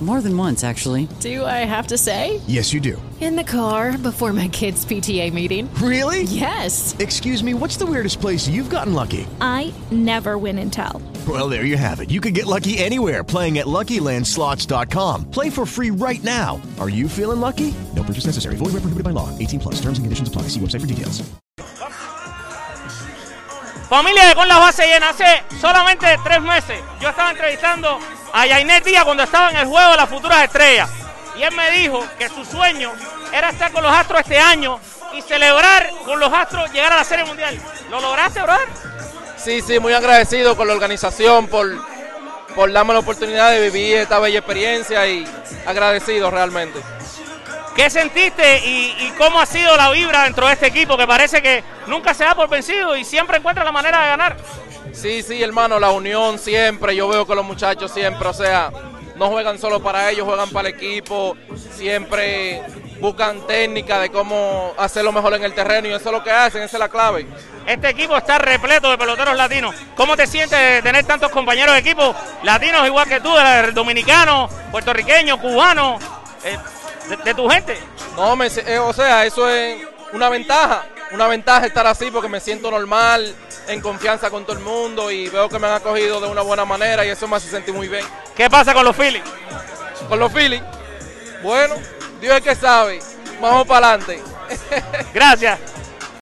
More than once, actually. Do I have to say? Yes, you do. In the car before my kids' PTA meeting. Really? Yes. Excuse me, what's the weirdest place you've gotten lucky? I never win and tell. Well, there you have it. You can get lucky anywhere playing at LuckyLandSlots.com. Play for free right now. Are you feeling lucky? No purchase necessary. Void where prohibited by law. 18 plus. Terms and conditions apply. See website for details. Familia de Con la Base Llena hace solamente tres meses yo estaba entrevistando a Yainet Díaz cuando estaba en el juego de las futuras estrellas. Y él me dijo que su sueño era estar con los Astros este año y celebrar con los Astros llegar a la Serie Mundial. ¿Lo lograste, brother? Sí, sí, muy agradecido con la organización por, por darme la oportunidad de vivir esta bella experiencia y agradecido realmente. ¿Qué sentiste y, y cómo ha sido la vibra dentro de este equipo que parece que nunca se da por vencido y siempre encuentra la manera de ganar? Sí, sí, hermano, la unión siempre, yo veo que los muchachos siempre, o sea, no juegan solo para ellos, juegan para el equipo, siempre buscan técnica de cómo hacerlo mejor en el terreno y eso es lo que hacen, esa es la clave. Este equipo está repleto de peloteros latinos. ¿Cómo te sientes de tener tantos compañeros de equipo latinos igual que tú, dominicanos, puertorriqueños, cubanos, eh, de, de, tu gente? No, me, eh, o sea, eso es una ventaja, una ventaja estar así porque me siento normal, en confianza con todo el mundo y veo que me han acogido de una buena manera y eso me hace sentir muy bien. ¿Qué pasa con los Phillies? Con los Phillies, bueno, Dios es que sabe, vamos para adelante. Gracias.